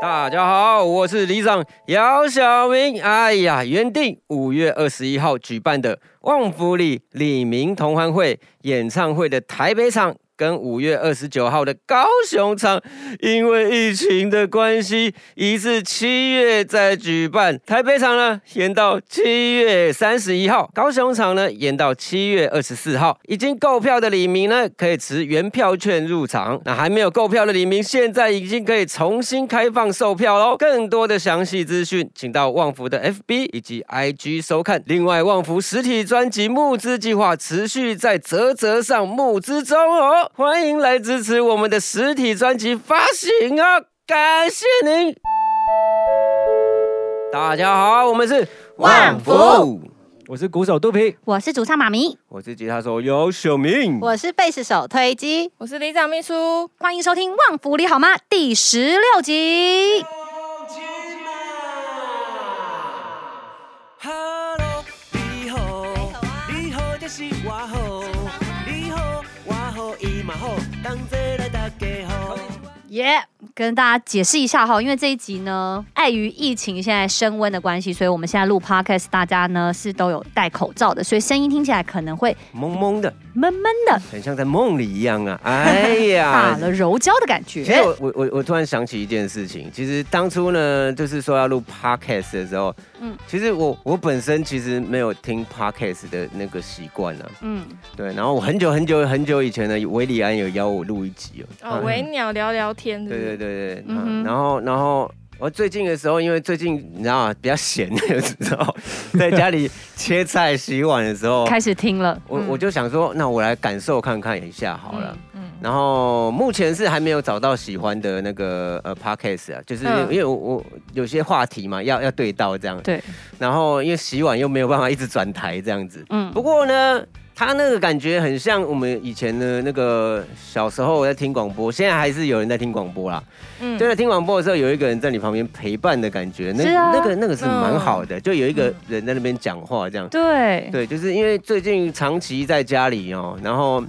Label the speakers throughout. Speaker 1: 大家好，我是李长姚晓明。哎呀，原定五月二十一号举办的旺福里李明同欢会演唱会的台北场，跟五月二十九号的高雄场，因为疫情的关系，移至七月再举办。台北场呢延到七月三十一号，高雄场呢延到七月二十四号。已经购票的李明呢，可以持原票券入场。那还没有购票的李明，现在已经可以重新开放售票喽。更多的详细资讯，请到旺福的 FB 以及 IG 收看。另外，旺福实体专辑募资计划持续在泽泽上募资中哦，欢迎来支持我们的实体专辑发行哦，感谢您！大家好，我们是
Speaker 2: 旺福，
Speaker 1: 我是鼓手杜平，
Speaker 2: 我是主唱妈咪，
Speaker 1: 我是吉他手姚晓明，
Speaker 2: 我是贝斯手推机，
Speaker 3: 我是李长秘书。
Speaker 2: 欢迎收听《旺福里好吗》第十六集。
Speaker 4: 哈喽，你好，你好就是我好，你好我好伊嘛好，同齐来大家好。
Speaker 2: 耶、跟大家解释一下哈，因为这一集呢，碍于疫情现在升温的关系，所以我们现在录 podcast，大家呢是都有戴口罩的，所以声音听起来可能会
Speaker 1: 懵懵的，
Speaker 2: 闷闷的，
Speaker 1: 很像在梦里一样 啊！哎
Speaker 2: 打
Speaker 1: 呀，
Speaker 2: 了柔焦的感
Speaker 1: 其实
Speaker 2: 觉。
Speaker 1: 我我我我突然想起一件事情，其实当初呢，就是说要录 podcast 的时候，嗯
Speaker 2: 嗯，
Speaker 1: 其实我我本身其实没有听 podcast 的那个习惯啊，
Speaker 2: 嗯，
Speaker 1: 对，然后我很久很久很久以前呢，维里安有邀我录一集哦，
Speaker 3: 哦，
Speaker 1: 嗯
Speaker 3: 维鸟聊聊天是不
Speaker 1: 对对对
Speaker 3: 是
Speaker 1: 对，
Speaker 2: 嗯
Speaker 1: 嗯、
Speaker 2: 哼
Speaker 1: 然后然后我最近的时候，因为最近你知道吗，比较闲的时候， 在家里切菜洗碗的时候，
Speaker 2: 开始听了，
Speaker 1: 我
Speaker 3: 嗯
Speaker 1: 我就想说，那我来感受看看一下好了。
Speaker 3: 嗯，
Speaker 1: 然后目前是还没有找到喜欢的那个呃 podcast 啊，就是
Speaker 3: 嗯
Speaker 1: 因为我我有些话题嘛，要要对到这样。
Speaker 2: 对。
Speaker 1: 然后因为洗碗又没有办法一直转台这样子。
Speaker 2: 嗯
Speaker 1: 不，过呢，他那个感觉很像我们以前的那个小时候在听广播，现在还是有人在听广播啦。
Speaker 3: 嗯
Speaker 1: 就在听广播的时候，有一个人在你旁边陪伴的感觉，那、
Speaker 2: 是啊
Speaker 1: 那个那个是蛮好
Speaker 3: 嗯
Speaker 1: 的，就有一个人在那边讲话这样。
Speaker 2: 对，
Speaker 1: 对，就是因为最近长期在家里哦，然后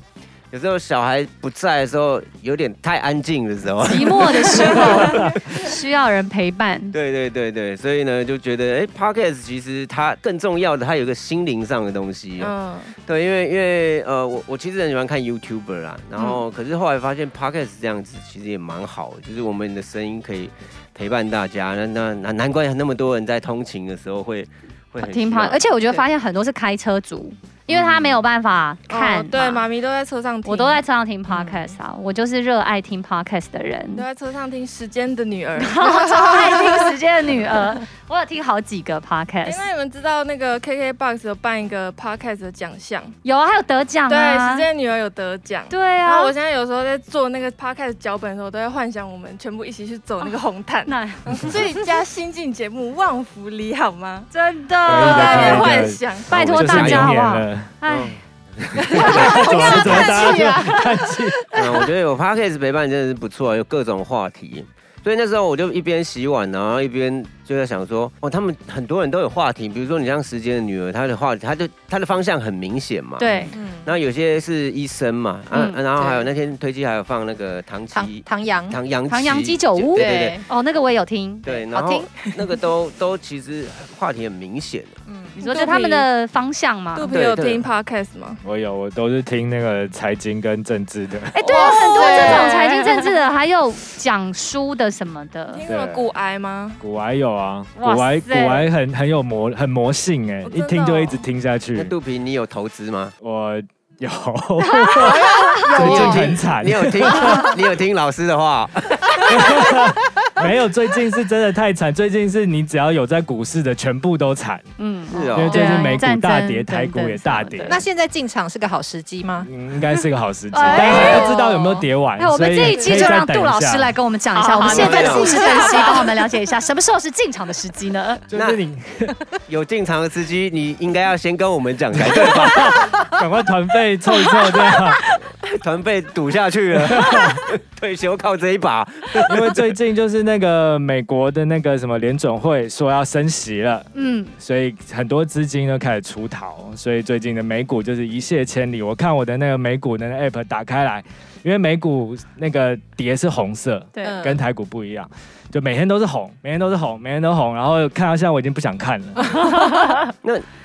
Speaker 1: 有时候小孩不在的时候，有点太安静的时候，
Speaker 2: 寂寞的时候需要人陪伴。
Speaker 1: 对对对对，所以呢就觉得，哎，podcast 其实它更重要的，它有一个心灵上的东西、哦。
Speaker 3: 嗯
Speaker 1: 对，因为因为呃，我我其实很喜欢看 YouTuber 啦，然
Speaker 2: 嗯
Speaker 1: 后可是后来发现 podcast 这样子其实也蛮好的，就是我们的声音可以陪伴大家，那那那难怪那么多人在通勤的时候会会很
Speaker 2: 听
Speaker 1: 需
Speaker 2: 旁，
Speaker 1: 要
Speaker 2: 而且我觉得发现很多是开车族，因为他没有办法看、
Speaker 3: 哦对，？妈咪都在车上听，
Speaker 2: 我都在车上听 podcast 啊，我就是热爱听 podcast 的人
Speaker 3: 你，都在车上听《时间的女儿》
Speaker 2: 然后超爱听《时间的女儿》，我有听好几个
Speaker 3: 哎。
Speaker 2: podcast，
Speaker 3: 那你们知道那个 KKBOX 有办一个 podcast 的奖项，
Speaker 2: 有啊，还有得奖
Speaker 3: 对，《
Speaker 2: 啊，
Speaker 3: 时间的女儿》有得奖。
Speaker 2: 对
Speaker 3: 然
Speaker 2: 啊
Speaker 3: 后我，现在有时候在做那个 podcast 脚本的时候，我都会幻想我们全部一起去走那个红毯，
Speaker 2: 哦那
Speaker 3: 所以加新进节目《旺福里》好吗？
Speaker 2: 真
Speaker 3: 我
Speaker 5: 可以的
Speaker 3: 在那
Speaker 5: 可以
Speaker 3: 边
Speaker 5: 的
Speaker 2: 的，
Speaker 3: 幻想，
Speaker 2: 拜托大家好不好？哎，
Speaker 1: 嗯
Speaker 5: 总是怎么大
Speaker 3: 去
Speaker 5: 家
Speaker 3: 啊
Speaker 5: 就叹气？
Speaker 1: 嗯，我觉得有 podcast 陪伴真的是不错，有各种话题。所以那时候我就一边洗碗，然后一边就在想说，哦，他们很多人都有话题，比如说你像《时间的女儿》，她的话题，她就她的方向很明显嘛。。
Speaker 2: 对，
Speaker 3: 嗯，
Speaker 1: 然后有些是医生嘛，啊，
Speaker 2: 嗯
Speaker 1: 啊然后还有那
Speaker 3: 对
Speaker 1: 天推机还有放那个唐吉
Speaker 3: 唐阳，
Speaker 1: 唐扬
Speaker 2: 唐扬鸡酒屋
Speaker 1: 对对对
Speaker 2: 哦，那个我也有听，
Speaker 1: 对，然
Speaker 3: 好
Speaker 1: 后
Speaker 3: 听
Speaker 1: 那个都都其实话题很明显啊的。
Speaker 3: 嗯，
Speaker 2: 你说就他们的方向嘛
Speaker 3: 肚，皮
Speaker 1: 对
Speaker 3: 有
Speaker 1: 对
Speaker 3: 听 podcast 吗？
Speaker 5: 我有，我都是听那个财经跟政治的。
Speaker 2: 哎，对 啊，很多
Speaker 3: 对
Speaker 2: 这种财经政治的，还有讲书的什么的
Speaker 3: 听，什么骨癌吗？
Speaker 5: 古玩有啊，古
Speaker 2: 哇
Speaker 5: 玩古
Speaker 2: 塞
Speaker 5: 玩很很有魔很魔性哎、
Speaker 3: 哦真
Speaker 5: 一
Speaker 3: 的
Speaker 5: 听就会一直
Speaker 3: 哦
Speaker 5: 听下
Speaker 1: 那
Speaker 5: 去。
Speaker 1: 杜平，你有投资吗？
Speaker 5: 我 有，最近很惨
Speaker 1: 你，有听你有听老师的话？
Speaker 5: 没有最近是真的太惨，最近是你只要有在股市的全部都惨，
Speaker 2: 嗯，
Speaker 1: 是哦
Speaker 5: 因为最
Speaker 2: 对
Speaker 5: 近
Speaker 2: 啊
Speaker 5: 美股
Speaker 2: 战
Speaker 5: 大
Speaker 2: 争
Speaker 5: 跌，
Speaker 2: 等
Speaker 5: 台股
Speaker 2: 等
Speaker 5: 也
Speaker 2: 什
Speaker 5: 大
Speaker 2: 么
Speaker 5: 跌
Speaker 2: 的。
Speaker 6: 那现在进场是个好时机吗？
Speaker 5: 嗯应该是个好时机，
Speaker 2: 哎
Speaker 5: 但还不知道有没有跌完。
Speaker 2: 哎，我
Speaker 5: 所
Speaker 2: 们
Speaker 5: 以
Speaker 2: 这一期
Speaker 5: 可以
Speaker 2: 就
Speaker 5: 再
Speaker 2: 让
Speaker 5: 等
Speaker 2: 杜
Speaker 5: 一
Speaker 2: 老
Speaker 5: 下
Speaker 2: 师来跟我们讲一下，
Speaker 6: 好
Speaker 2: 我们现在的
Speaker 1: 好好
Speaker 2: 股市分析，帮我们了解一下什么时候是进场的时机 呢？
Speaker 5: 就是你
Speaker 1: 有进场的司机，你应该要先跟我们讲才对吧？
Speaker 5: 赶快团费凑一凑，这样。
Speaker 1: 团被赌下去了， 退休靠这一把。
Speaker 5: 因为最近就是那个美国的那个什么联准会说要升息了，
Speaker 2: 嗯，
Speaker 5: 所以很多资金呢开始出逃，所以最近的美股就是一泻千里。我看我的那个美股的那 app 打开来，因为美股那个碟是红色，
Speaker 3: 对，
Speaker 6: 嗯
Speaker 5: 跟台股不一样，就每天都是红，每天都是红，每天都红，然后看到现在我已经不想看了，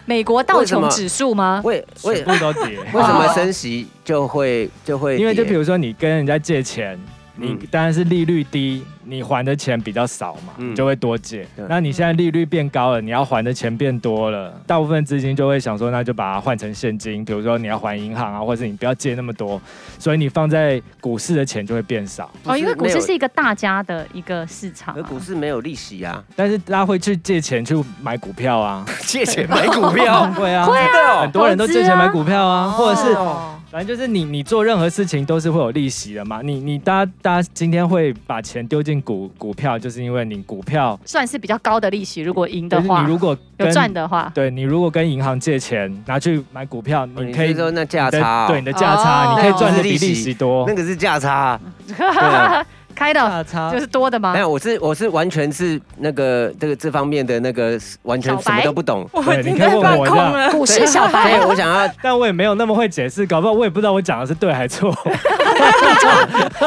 Speaker 2: 美国道琼指数吗？
Speaker 1: 为为
Speaker 5: 全部都跌。
Speaker 1: 为什么升息就会就会跌？
Speaker 5: 因为就比如说你跟人家借钱，你
Speaker 1: 嗯
Speaker 5: 当然是利率低，你还的钱比较少嘛，
Speaker 1: 嗯
Speaker 5: 你就会多借
Speaker 1: 对。
Speaker 5: 那你现在利率变高了，你要还的钱变多了，大部分资金就会想说，那就把它换成现金，比如说你要还银行啊，或者是你不要借那么多，所以你放在股市的钱就会变少。
Speaker 2: 哦，因为股
Speaker 1: 没有
Speaker 2: 市是一个大家的一个市场、
Speaker 1: 可
Speaker 2: 啊
Speaker 1: 股，市没有利息啊，
Speaker 5: 但是大家会去借钱去买股票啊，
Speaker 1: 借钱买股票，
Speaker 5: 会啊，
Speaker 1: 真的哦
Speaker 5: 很多人都借钱买股票啊，或者是
Speaker 6: 哦
Speaker 5: 反正就是你，你做任何事情都是会有利息的嘛。你你大家大家今天会把钱丢进股股票，就是因为你股票
Speaker 2: 算是比较高的利息。如果赢
Speaker 5: 就
Speaker 2: 的
Speaker 5: 是
Speaker 2: 话
Speaker 5: 你，如果
Speaker 2: 有
Speaker 5: 跟
Speaker 2: 赚的话，
Speaker 5: 对你如果跟银行借钱拿去买股票，
Speaker 1: 哦
Speaker 5: 你
Speaker 1: 你
Speaker 5: 可
Speaker 1: 可
Speaker 5: 以
Speaker 1: 以说那价
Speaker 5: 你的
Speaker 1: 差哦，
Speaker 5: 对你的价差，
Speaker 6: 哦
Speaker 5: 你可以赚的
Speaker 1: 那
Speaker 5: 比
Speaker 1: 个是利息
Speaker 5: 利息多
Speaker 1: 那。个是价差。对 啊
Speaker 2: 开的
Speaker 5: 差
Speaker 2: 就是多的吗
Speaker 1: 没？有，我是我是完全是那个这个这方面的那个完全
Speaker 2: 小
Speaker 1: 什么
Speaker 2: 白
Speaker 1: 都不懂，
Speaker 3: 我
Speaker 5: 对
Speaker 3: 已经
Speaker 5: 你可以
Speaker 3: 在
Speaker 5: 问
Speaker 3: 放
Speaker 5: 我
Speaker 3: 空
Speaker 5: 的
Speaker 3: 了。
Speaker 2: 股市小
Speaker 1: 所以
Speaker 2: 白，
Speaker 1: 我想要
Speaker 5: 但我也没有那么会解释，搞不好我也不知道我讲的是对还错。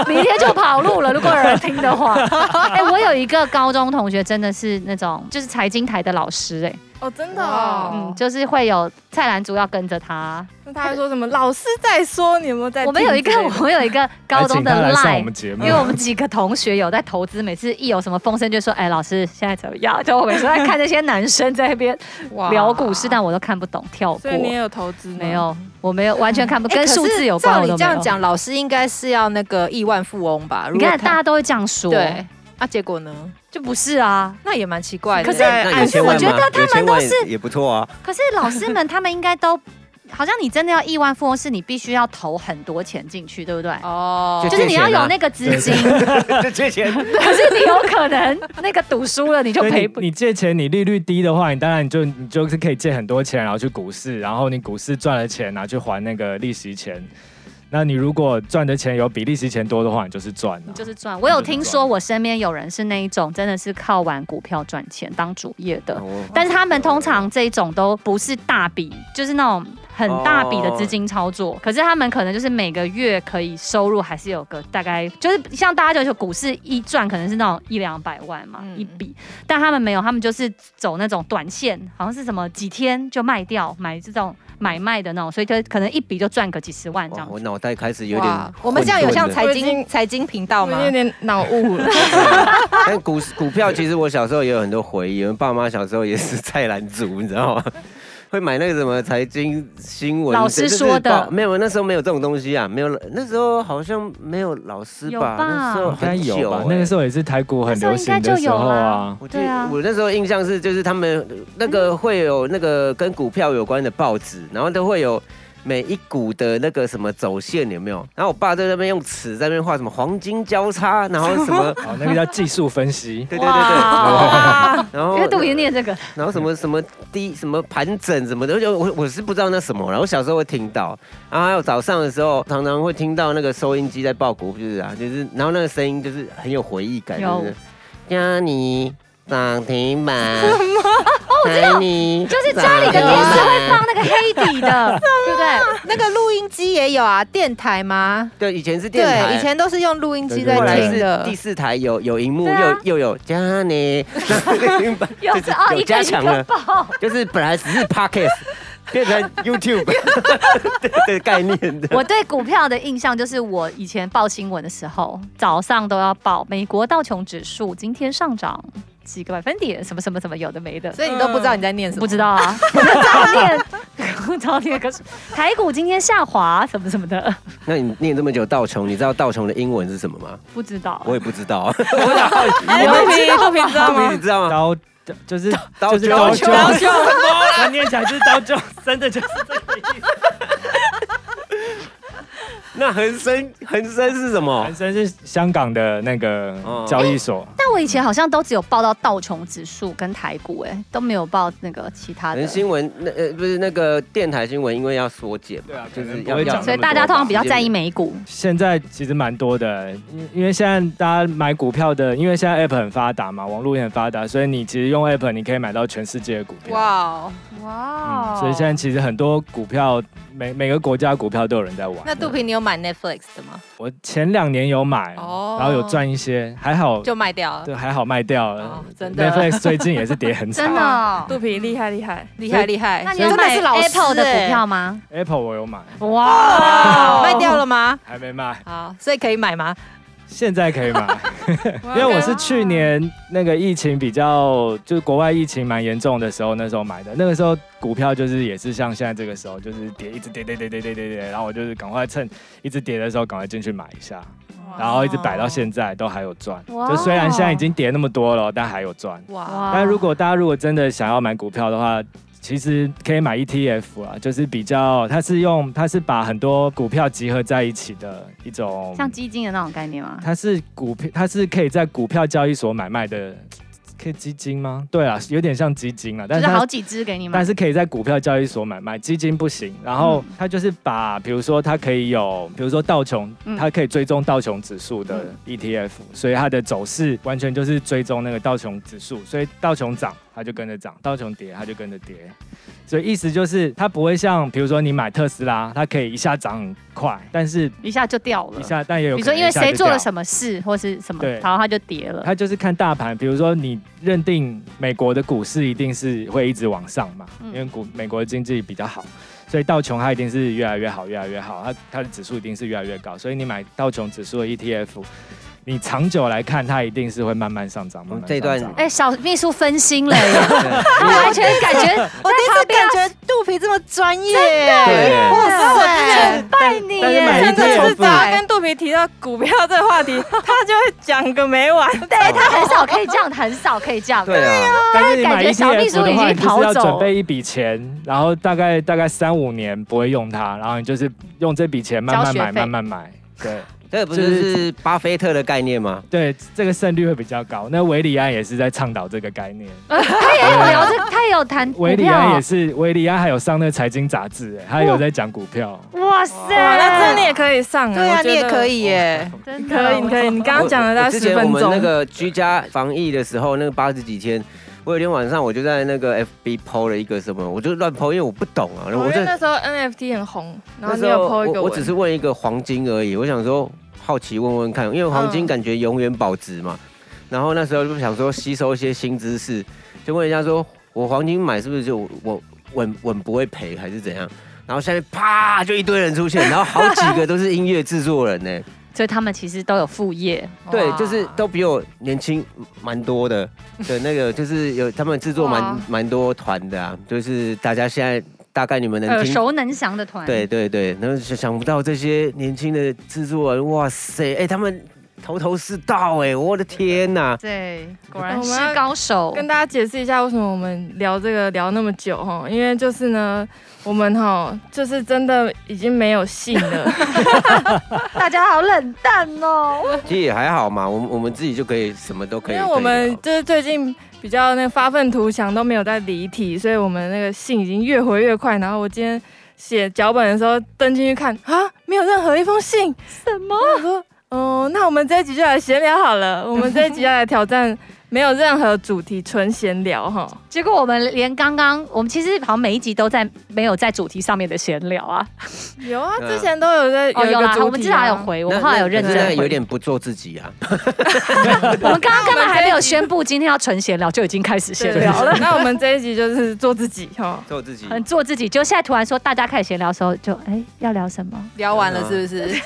Speaker 2: 明天就跑 路了。如果有人听的话，哎、我有一个高中同学，真的是那种就是财经台的老师、哎、
Speaker 3: 哦，真的
Speaker 6: 哦
Speaker 3: 哦。
Speaker 2: 嗯，就是会有蔡澜族要跟着他。
Speaker 3: 那他还说什么？老师在说，你有没有在听
Speaker 2: 我
Speaker 3: 之
Speaker 2: 们
Speaker 3: 类的？
Speaker 2: 有一个， 我们有一个高中的
Speaker 5: 还请他来上我
Speaker 2: line
Speaker 5: 们。节目
Speaker 2: 因为，我们几个同学有在投资，每次一有什么风声就说：“哎，老师现在怎么样？”就我每次在看那些男生在那边
Speaker 6: 哇哎
Speaker 2: 聊股市，但我都看不懂，跳过
Speaker 3: 所。以你也有投资吗
Speaker 2: 没？有，我没有，完全看不
Speaker 6: 哎
Speaker 2: 跟
Speaker 6: 可
Speaker 2: 数字
Speaker 6: 是
Speaker 2: 有关，
Speaker 6: 照
Speaker 2: 我都
Speaker 6: 你
Speaker 2: 没
Speaker 6: 这样
Speaker 2: 有。
Speaker 6: 讲，老师应该是要那个亿万富翁吧？
Speaker 2: 你
Speaker 6: 如果
Speaker 2: 看，
Speaker 6: 他
Speaker 2: 大家都会这样说，
Speaker 6: 对，啊，结果呢？
Speaker 2: 就不是啊。
Speaker 6: 那也蛮奇怪的。
Speaker 2: 可是
Speaker 3: 在
Speaker 1: 那有千
Speaker 2: 我
Speaker 1: 万
Speaker 2: 觉得
Speaker 1: 吗
Speaker 2: 他们
Speaker 1: 有千
Speaker 2: 都
Speaker 1: 万
Speaker 2: 是
Speaker 1: 也不错啊，
Speaker 2: 可是老师们 他们应该都，好像你真的要亿万富翁，是你必须要投很多钱进去，对不对？
Speaker 6: 哦
Speaker 1: 就
Speaker 2: 就是是你要有那个资金，可
Speaker 1: 就借 钱。
Speaker 2: 是你有可能那个赌输了你就
Speaker 5: 所以
Speaker 2: 赔
Speaker 5: 你
Speaker 2: 不。
Speaker 5: 你借钱，你利率低的话，你当然你就你就是可以借很多钱，然后去股市，然后你股市赚了钱拿去还那个利息钱。那你如果赚的钱有比利息钱多的话，你就是赚了、
Speaker 2: 你就是赚，我有听说，我身边有人是那一种，真的是靠玩股票赚钱当主业的，但是他们通常这种都不是大笔，就是那种很大笔
Speaker 1: 哦
Speaker 2: 的资金操作。可是他们可能就是每个月可以收入还是有个大概，就是像大家就说股市一赚可能是那种一两百万嘛、
Speaker 6: 嗯
Speaker 2: 一笔，但他们没有，他们就是走那种短线，好像是什么几天就卖掉，买这种买卖的那种，所以就可能一笔就赚个几十万这
Speaker 1: 哇
Speaker 2: 样。
Speaker 1: 哦我脑袋开始有
Speaker 6: 哇
Speaker 1: 点，
Speaker 6: 我们这样有像
Speaker 1: 混沌了
Speaker 6: 财
Speaker 3: 我已
Speaker 6: 经
Speaker 3: 经
Speaker 6: 财经频道
Speaker 3: 我
Speaker 6: 吗
Speaker 3: 有？点脑雾了。
Speaker 1: 但股市股票其实我小时候也有很多回忆，我爸妈小时候也是菜篮族，你知道吗？会买那个什么财经新闻，
Speaker 2: 老师
Speaker 1: 就是
Speaker 2: 说的
Speaker 1: 报没有，那时候没有这种东西啊，没有，那时候好像没有老师
Speaker 2: 有
Speaker 1: 吧？
Speaker 2: 吧
Speaker 1: 那时候
Speaker 5: 应该
Speaker 1: 很久
Speaker 5: 有吧
Speaker 1: 欸？
Speaker 5: 那个时候也是台股很流行的时候啊。
Speaker 1: 我记得
Speaker 2: 对啊
Speaker 1: 我那时候印象是，就是他们呃那个会有那个跟股票有关的报纸，然后都会有每一股的那个什么走线有没有？然后我爸在那边用尺在那边画什么黄金交叉，然后什么，，
Speaker 5: 哦，那个叫技术分析
Speaker 1: 对对对对，
Speaker 2: 哇
Speaker 1: 然后
Speaker 2: 因为杜云念这个，
Speaker 1: 然后什么什么低什么盘整什么的，就我我是不知道那什么了。我小时候会听到，然后还有早上的时候常常会听到那个收音机在报股，就是啊，就是然后那个声音就是很有回忆感，
Speaker 2: 有
Speaker 1: 就是嘉妮涨停板，什 么？哦，我知道，就是
Speaker 2: 家里的电
Speaker 1: 哦
Speaker 2: 视会放。那个黑底的，对不对？
Speaker 6: 那个录音机也有啊，电台吗？
Speaker 1: 对，以前是电台，
Speaker 6: 对，以前都是用录音机在
Speaker 1: 后来
Speaker 6: 听
Speaker 1: 是
Speaker 6: 的
Speaker 1: 第。四台有有荧幕，
Speaker 2: 对啊
Speaker 1: 又又有嘉妮涨停板，
Speaker 2: 又是哦，
Speaker 1: 有
Speaker 2: 一
Speaker 1: 加
Speaker 2: 个一
Speaker 1: 强
Speaker 2: 个
Speaker 1: 了。
Speaker 2: 爆。
Speaker 1: 就是本来只是 podcast 变成 YouTube 的概念 的。
Speaker 2: 我对股票的印象就是，我以前报新闻的时候，早上都要报美国道琼指数今天上涨几个百分点，什么什么什么，有的没的。
Speaker 6: 所以你都不知道你在念什么？
Speaker 2: 不知道啊，早念早念可是台股今天下滑什么什么的，
Speaker 1: 那你念这么久道琼，你知道道琼的英文是什么 吗？
Speaker 2: 不知道。啊
Speaker 1: 我也不知道。
Speaker 3: 哎，杜平，杜平知道
Speaker 1: 道明
Speaker 3: 吗
Speaker 1: 你？知道吗？
Speaker 5: 刀就是
Speaker 1: 刀
Speaker 5: 就是
Speaker 1: 刀
Speaker 5: 就，
Speaker 1: 刀
Speaker 5: 他念起来就是刀就，真的就是这个意思。
Speaker 1: 那恒生恒生是什么
Speaker 5: 本？身是香港的那个
Speaker 1: 哦
Speaker 5: 交易所，
Speaker 2: 哎但我以前好像都只有报到道琼指数跟台股、哎，都没有报那个其他
Speaker 1: 恒
Speaker 2: 的。
Speaker 1: 新闻那呃不是那个电台新闻，因为要缩减嘛，
Speaker 5: 对啊
Speaker 1: 就
Speaker 5: 可
Speaker 1: 是
Speaker 5: 能不
Speaker 1: 要
Speaker 5: 会
Speaker 1: 要
Speaker 5: 讲
Speaker 2: 所以大家通常比较在意美股，
Speaker 5: 现在其实蛮多的，因因为现在大家买股票的，因为现在 App 很发达嘛，网络也很发达，所以你其实用 App 你可以买到全世界的股票。
Speaker 6: 哇哦，
Speaker 2: 哇
Speaker 5: 嗯，所以现在其实很多股票每每个国家股票都有人在玩。
Speaker 6: 那杜平，你有买 Netflix 的吗？
Speaker 5: 我前两年有买，
Speaker 6: 哦
Speaker 5: 然后有赚一些，还好，
Speaker 6: 就卖掉了，
Speaker 5: 对，还好卖掉了
Speaker 6: 哦。真的
Speaker 5: Netflix 最近也是跌 很惨
Speaker 2: 真的哦。
Speaker 3: 肚皮厉害厉害，
Speaker 6: 厉害厉害。
Speaker 2: 那你有
Speaker 6: 真的
Speaker 2: 买
Speaker 6: 是老师
Speaker 2: Apple 的
Speaker 6: 欸
Speaker 2: 股票吗？
Speaker 5: ，Apple 我有买，
Speaker 2: 哇
Speaker 6: 哦，卖掉了吗？
Speaker 5: 还没卖，
Speaker 6: 好，所以可以买吗？
Speaker 5: 现在可以买，
Speaker 3: 因
Speaker 5: 因为我是去年那个疫情比较，就是国外疫情蛮严重的时候，那时候买的。那个时候股票就是也是像现在这个时候，就是跌，一直跌跌跌跌跌跌跌，然后我就是赶快趁一直跌的时候赶快进去买一下，然后一直摆到现在都还有赚。
Speaker 2: 哇
Speaker 5: 就虽然现在已经跌那么多了，但还有赚。
Speaker 6: 哇，
Speaker 2: 哇
Speaker 5: 但如果大家如果真的想要买股票的话，其实可以买 ETF 啊，就是比较，它是用它是把很多股票集合在一起的一种，
Speaker 2: 像基金的那种概念吗？
Speaker 5: 它是股票，它是可以在股票交易所买卖的，可以基金吗？对啊，有点像基金啊，但
Speaker 2: 就是是
Speaker 5: 它
Speaker 2: 好几只给你买
Speaker 5: 但，是可以在股票交易所买卖，基金不行。然后
Speaker 2: 嗯
Speaker 5: 它就是把，比如说它可以有，比如说道琼
Speaker 2: 嗯，
Speaker 5: 它可以追踪道琼指数的 ETF，所以它的走势完全就是追踪那个道琼指数，所以道琼涨它就跟着涨，道琼跌它就跟着跌。所以意思就是它不会像，比如说你买特斯拉，它可以一下涨很快，但是
Speaker 2: 一下就掉了
Speaker 5: 一。下但也有
Speaker 2: 比如说，因为谁做了什么事或是什么，
Speaker 5: 对
Speaker 2: 然后它就跌了。
Speaker 5: 它就是看大盘，比如说你认定美国的股市一定是会一直往上嘛，
Speaker 2: 嗯
Speaker 5: 因为股美国的经济比较好，所以道琼它一定是越来越好，越来越好，它它的指数一定是越来越高，所以你买道琼指数的 ETF，你长久来看它一定是会慢慢上涨，慢
Speaker 1: 嗯
Speaker 5: 慢上涨。
Speaker 1: 这一段
Speaker 2: 哎，小秘书分心了 耶，
Speaker 1: 对
Speaker 2: 他完全感觉
Speaker 6: 我第一次感觉肚皮这么专业，
Speaker 1: 对
Speaker 6: 哇塞！
Speaker 2: 拜你
Speaker 5: 但是买 E
Speaker 2: 耶。
Speaker 3: 真的是
Speaker 5: ETF
Speaker 3: 只要跟肚皮提到股票这个话题， 他就会讲个没完。
Speaker 2: 对
Speaker 5: 哦
Speaker 2: 他很少可以这样，很少可以这样。
Speaker 1: 对啊，
Speaker 5: 但是你
Speaker 2: 感
Speaker 5: 买
Speaker 2: 觉小秘
Speaker 5: ETF
Speaker 2: 书已
Speaker 5: 的
Speaker 2: 经
Speaker 5: 话，你就
Speaker 2: 逃
Speaker 5: 是要
Speaker 2: 走
Speaker 5: 准备一笔钱，然后大概大概三五年不会用它，然后你就是用这笔钱慢
Speaker 2: 交
Speaker 5: 慢
Speaker 2: 学
Speaker 5: 买，
Speaker 2: 费
Speaker 5: 慢慢买，对。
Speaker 1: 这不就是巴菲特的概念吗？
Speaker 5: 对，这个胜率会比较高。那维里安也是在倡导这个概念，
Speaker 2: 他也有聊这，他也有谈股
Speaker 5: 啊维里安
Speaker 2: 票
Speaker 5: 也。是，维里安还有上那个财经杂志，哎他有在讲股
Speaker 1: 哦
Speaker 5: 票。
Speaker 2: 哇塞，
Speaker 3: 哇，那这你也可以上啊，
Speaker 6: 对啊，
Speaker 3: 我觉
Speaker 6: 你
Speaker 3: 得
Speaker 6: 也可，以耶，
Speaker 2: 真的
Speaker 3: 可以，你可以，你刚刚讲了
Speaker 1: 我
Speaker 3: 大概
Speaker 1: 之
Speaker 3: 十
Speaker 1: 前我
Speaker 3: 分
Speaker 1: 们
Speaker 3: 钟
Speaker 1: 那。个居家防疫的时候，那个八十几天，我有一天晚上我就在那个 FB 抛了一个什么，我就乱抛，因为我不懂啊，
Speaker 3: 哦
Speaker 1: 我
Speaker 3: 因
Speaker 1: 就
Speaker 3: 为那时候 NFT 很红，然
Speaker 1: 那
Speaker 3: 后你
Speaker 1: 时
Speaker 3: 有
Speaker 1: 候
Speaker 3: PO 一个
Speaker 1: 我我
Speaker 3: 文，
Speaker 1: 只是问一个黄金而已，我想说好奇问问看，因为黄金
Speaker 3: 嗯
Speaker 1: 感觉永远保值嘛。然后那时候就想说吸收一些新知识，就问人家说我黄金买是不是就我稳稳不会赔还是怎样？然后下面啪就一堆人出现，然后好几个都是音乐制作人呢、
Speaker 2: 所以他们其实都有副业，
Speaker 1: 对，
Speaker 6: 哇
Speaker 1: 就是都比我年轻蛮多 的。对，那个就是有他们制作蛮
Speaker 3: 哇
Speaker 1: 蛮多团的啊，就是大家现在大概你们能
Speaker 2: 耳
Speaker 1: 听
Speaker 2: 熟能详的团。
Speaker 1: 对，对对，然后想想不到这些年轻的制作人，哇塞，哎、他们头头是道哎、我的天呐、
Speaker 2: 对，果
Speaker 3: 我
Speaker 2: 然
Speaker 3: 们
Speaker 2: 是
Speaker 3: 要
Speaker 2: 高手。
Speaker 3: 跟大家解释一下为什么我们聊这个聊那么久哈，因为就是呢，我们哈就是真的已经没有信了，
Speaker 2: 大家好冷淡 哦。
Speaker 1: 其实也还好嘛，我们我们自己就可以什么都可
Speaker 3: 因
Speaker 1: 以。
Speaker 3: 为我
Speaker 1: 可以
Speaker 3: 们
Speaker 1: 聊
Speaker 3: 就是最近比较那个发愤图强都没有在离题，所以我们那个信已经越回越快。然后我今天写脚本的时候登进去看啊，没有任何一封信，
Speaker 2: 什么？
Speaker 3: 我说，哦，那我们这一集就来闲聊好了。我们这一集要来挑战没有任何主题，纯闲聊哈。
Speaker 2: 结果我们连刚刚，我们其实好像每一集都在没有在主题上面的闲聊啊。
Speaker 3: 有啊，
Speaker 1: 嗯
Speaker 3: 之前都有在有
Speaker 2: 哦，
Speaker 3: 一
Speaker 2: 有
Speaker 3: 个
Speaker 2: 啦，
Speaker 3: 主题啊
Speaker 2: 我们至少有。回，我们后来有认真
Speaker 1: 可是那
Speaker 2: 回。
Speaker 1: 有点不做自己啊。
Speaker 2: 我们刚刚根本还没有宣布今天要纯闲聊，就已经开始
Speaker 3: 对
Speaker 2: 闲聊了。
Speaker 3: 那我们这一集就是做自己哈。
Speaker 1: 做自己
Speaker 2: 很做自己，就现在突然说大家开始闲聊的时候，就哎要聊什么？
Speaker 6: 聊完了是不是？